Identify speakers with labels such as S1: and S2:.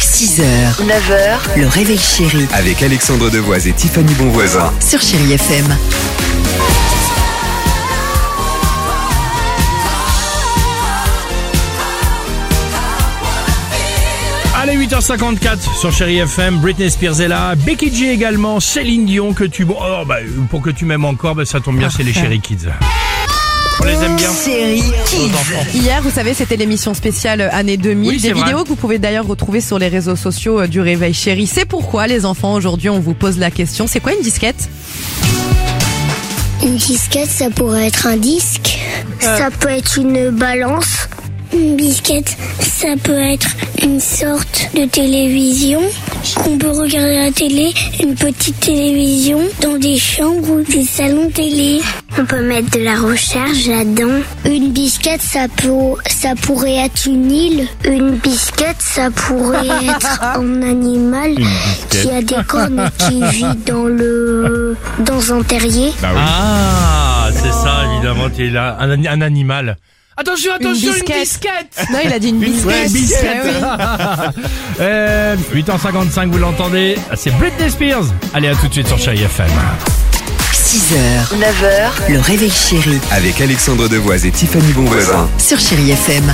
S1: 6h, 9h, le réveil chéri
S2: Avec Alexandre Devoise et Tiffany Bonvoisin.
S1: sur Chéri FM.
S3: Allez, 8h54 sur Chéri FM, Britney Spears est là, Becky G également, Céline Dion, que tu... bon, oh, bah, pour que tu m'aimes encore, bah, ça tombe bien, c'est les Chéri Kids. On les aime bien,
S1: Chéri
S3: nos
S1: Kids.
S3: enfants.
S4: Hier, vous savez, c'était l'émission spéciale euh, année 2000.
S3: Oui, c'est
S4: des
S3: vrai.
S4: vidéos que vous pouvez d'ailleurs retrouver sur les réseaux sociaux euh, du Réveil Chéri. C'est pourquoi, les enfants, aujourd'hui, on vous pose la question. C'est quoi une disquette
S5: Une disquette, ça pourrait être un disque. Ça peut être une balance. Une disquette, ça peut être une sorte de télévision qu'on peut regarder à la télé, une petite télévision dans des chambres ou des salons télé. On peut mettre de la recharge là-dedans. Une bisquette, ça peut, ça pourrait être une île. Une bisquette, ça pourrait être un animal qui a des cornes et qui vit dans le, dans un terrier.
S3: Ah, c'est ça, évidemment, t'es là, un, un animal. Attention, attention, une bisquette,
S4: Non, il a dit une bisquette. Eh oui.
S3: Euh, 8h55, vous l'entendez, c'est Britney Spears. Allez, à tout de suite sur Chéri FM.
S1: 6h, 9h, le réveil chéri
S2: Avec Alexandre Devoise et Tiffany Bonvoisin.
S1: sur Chéri FM.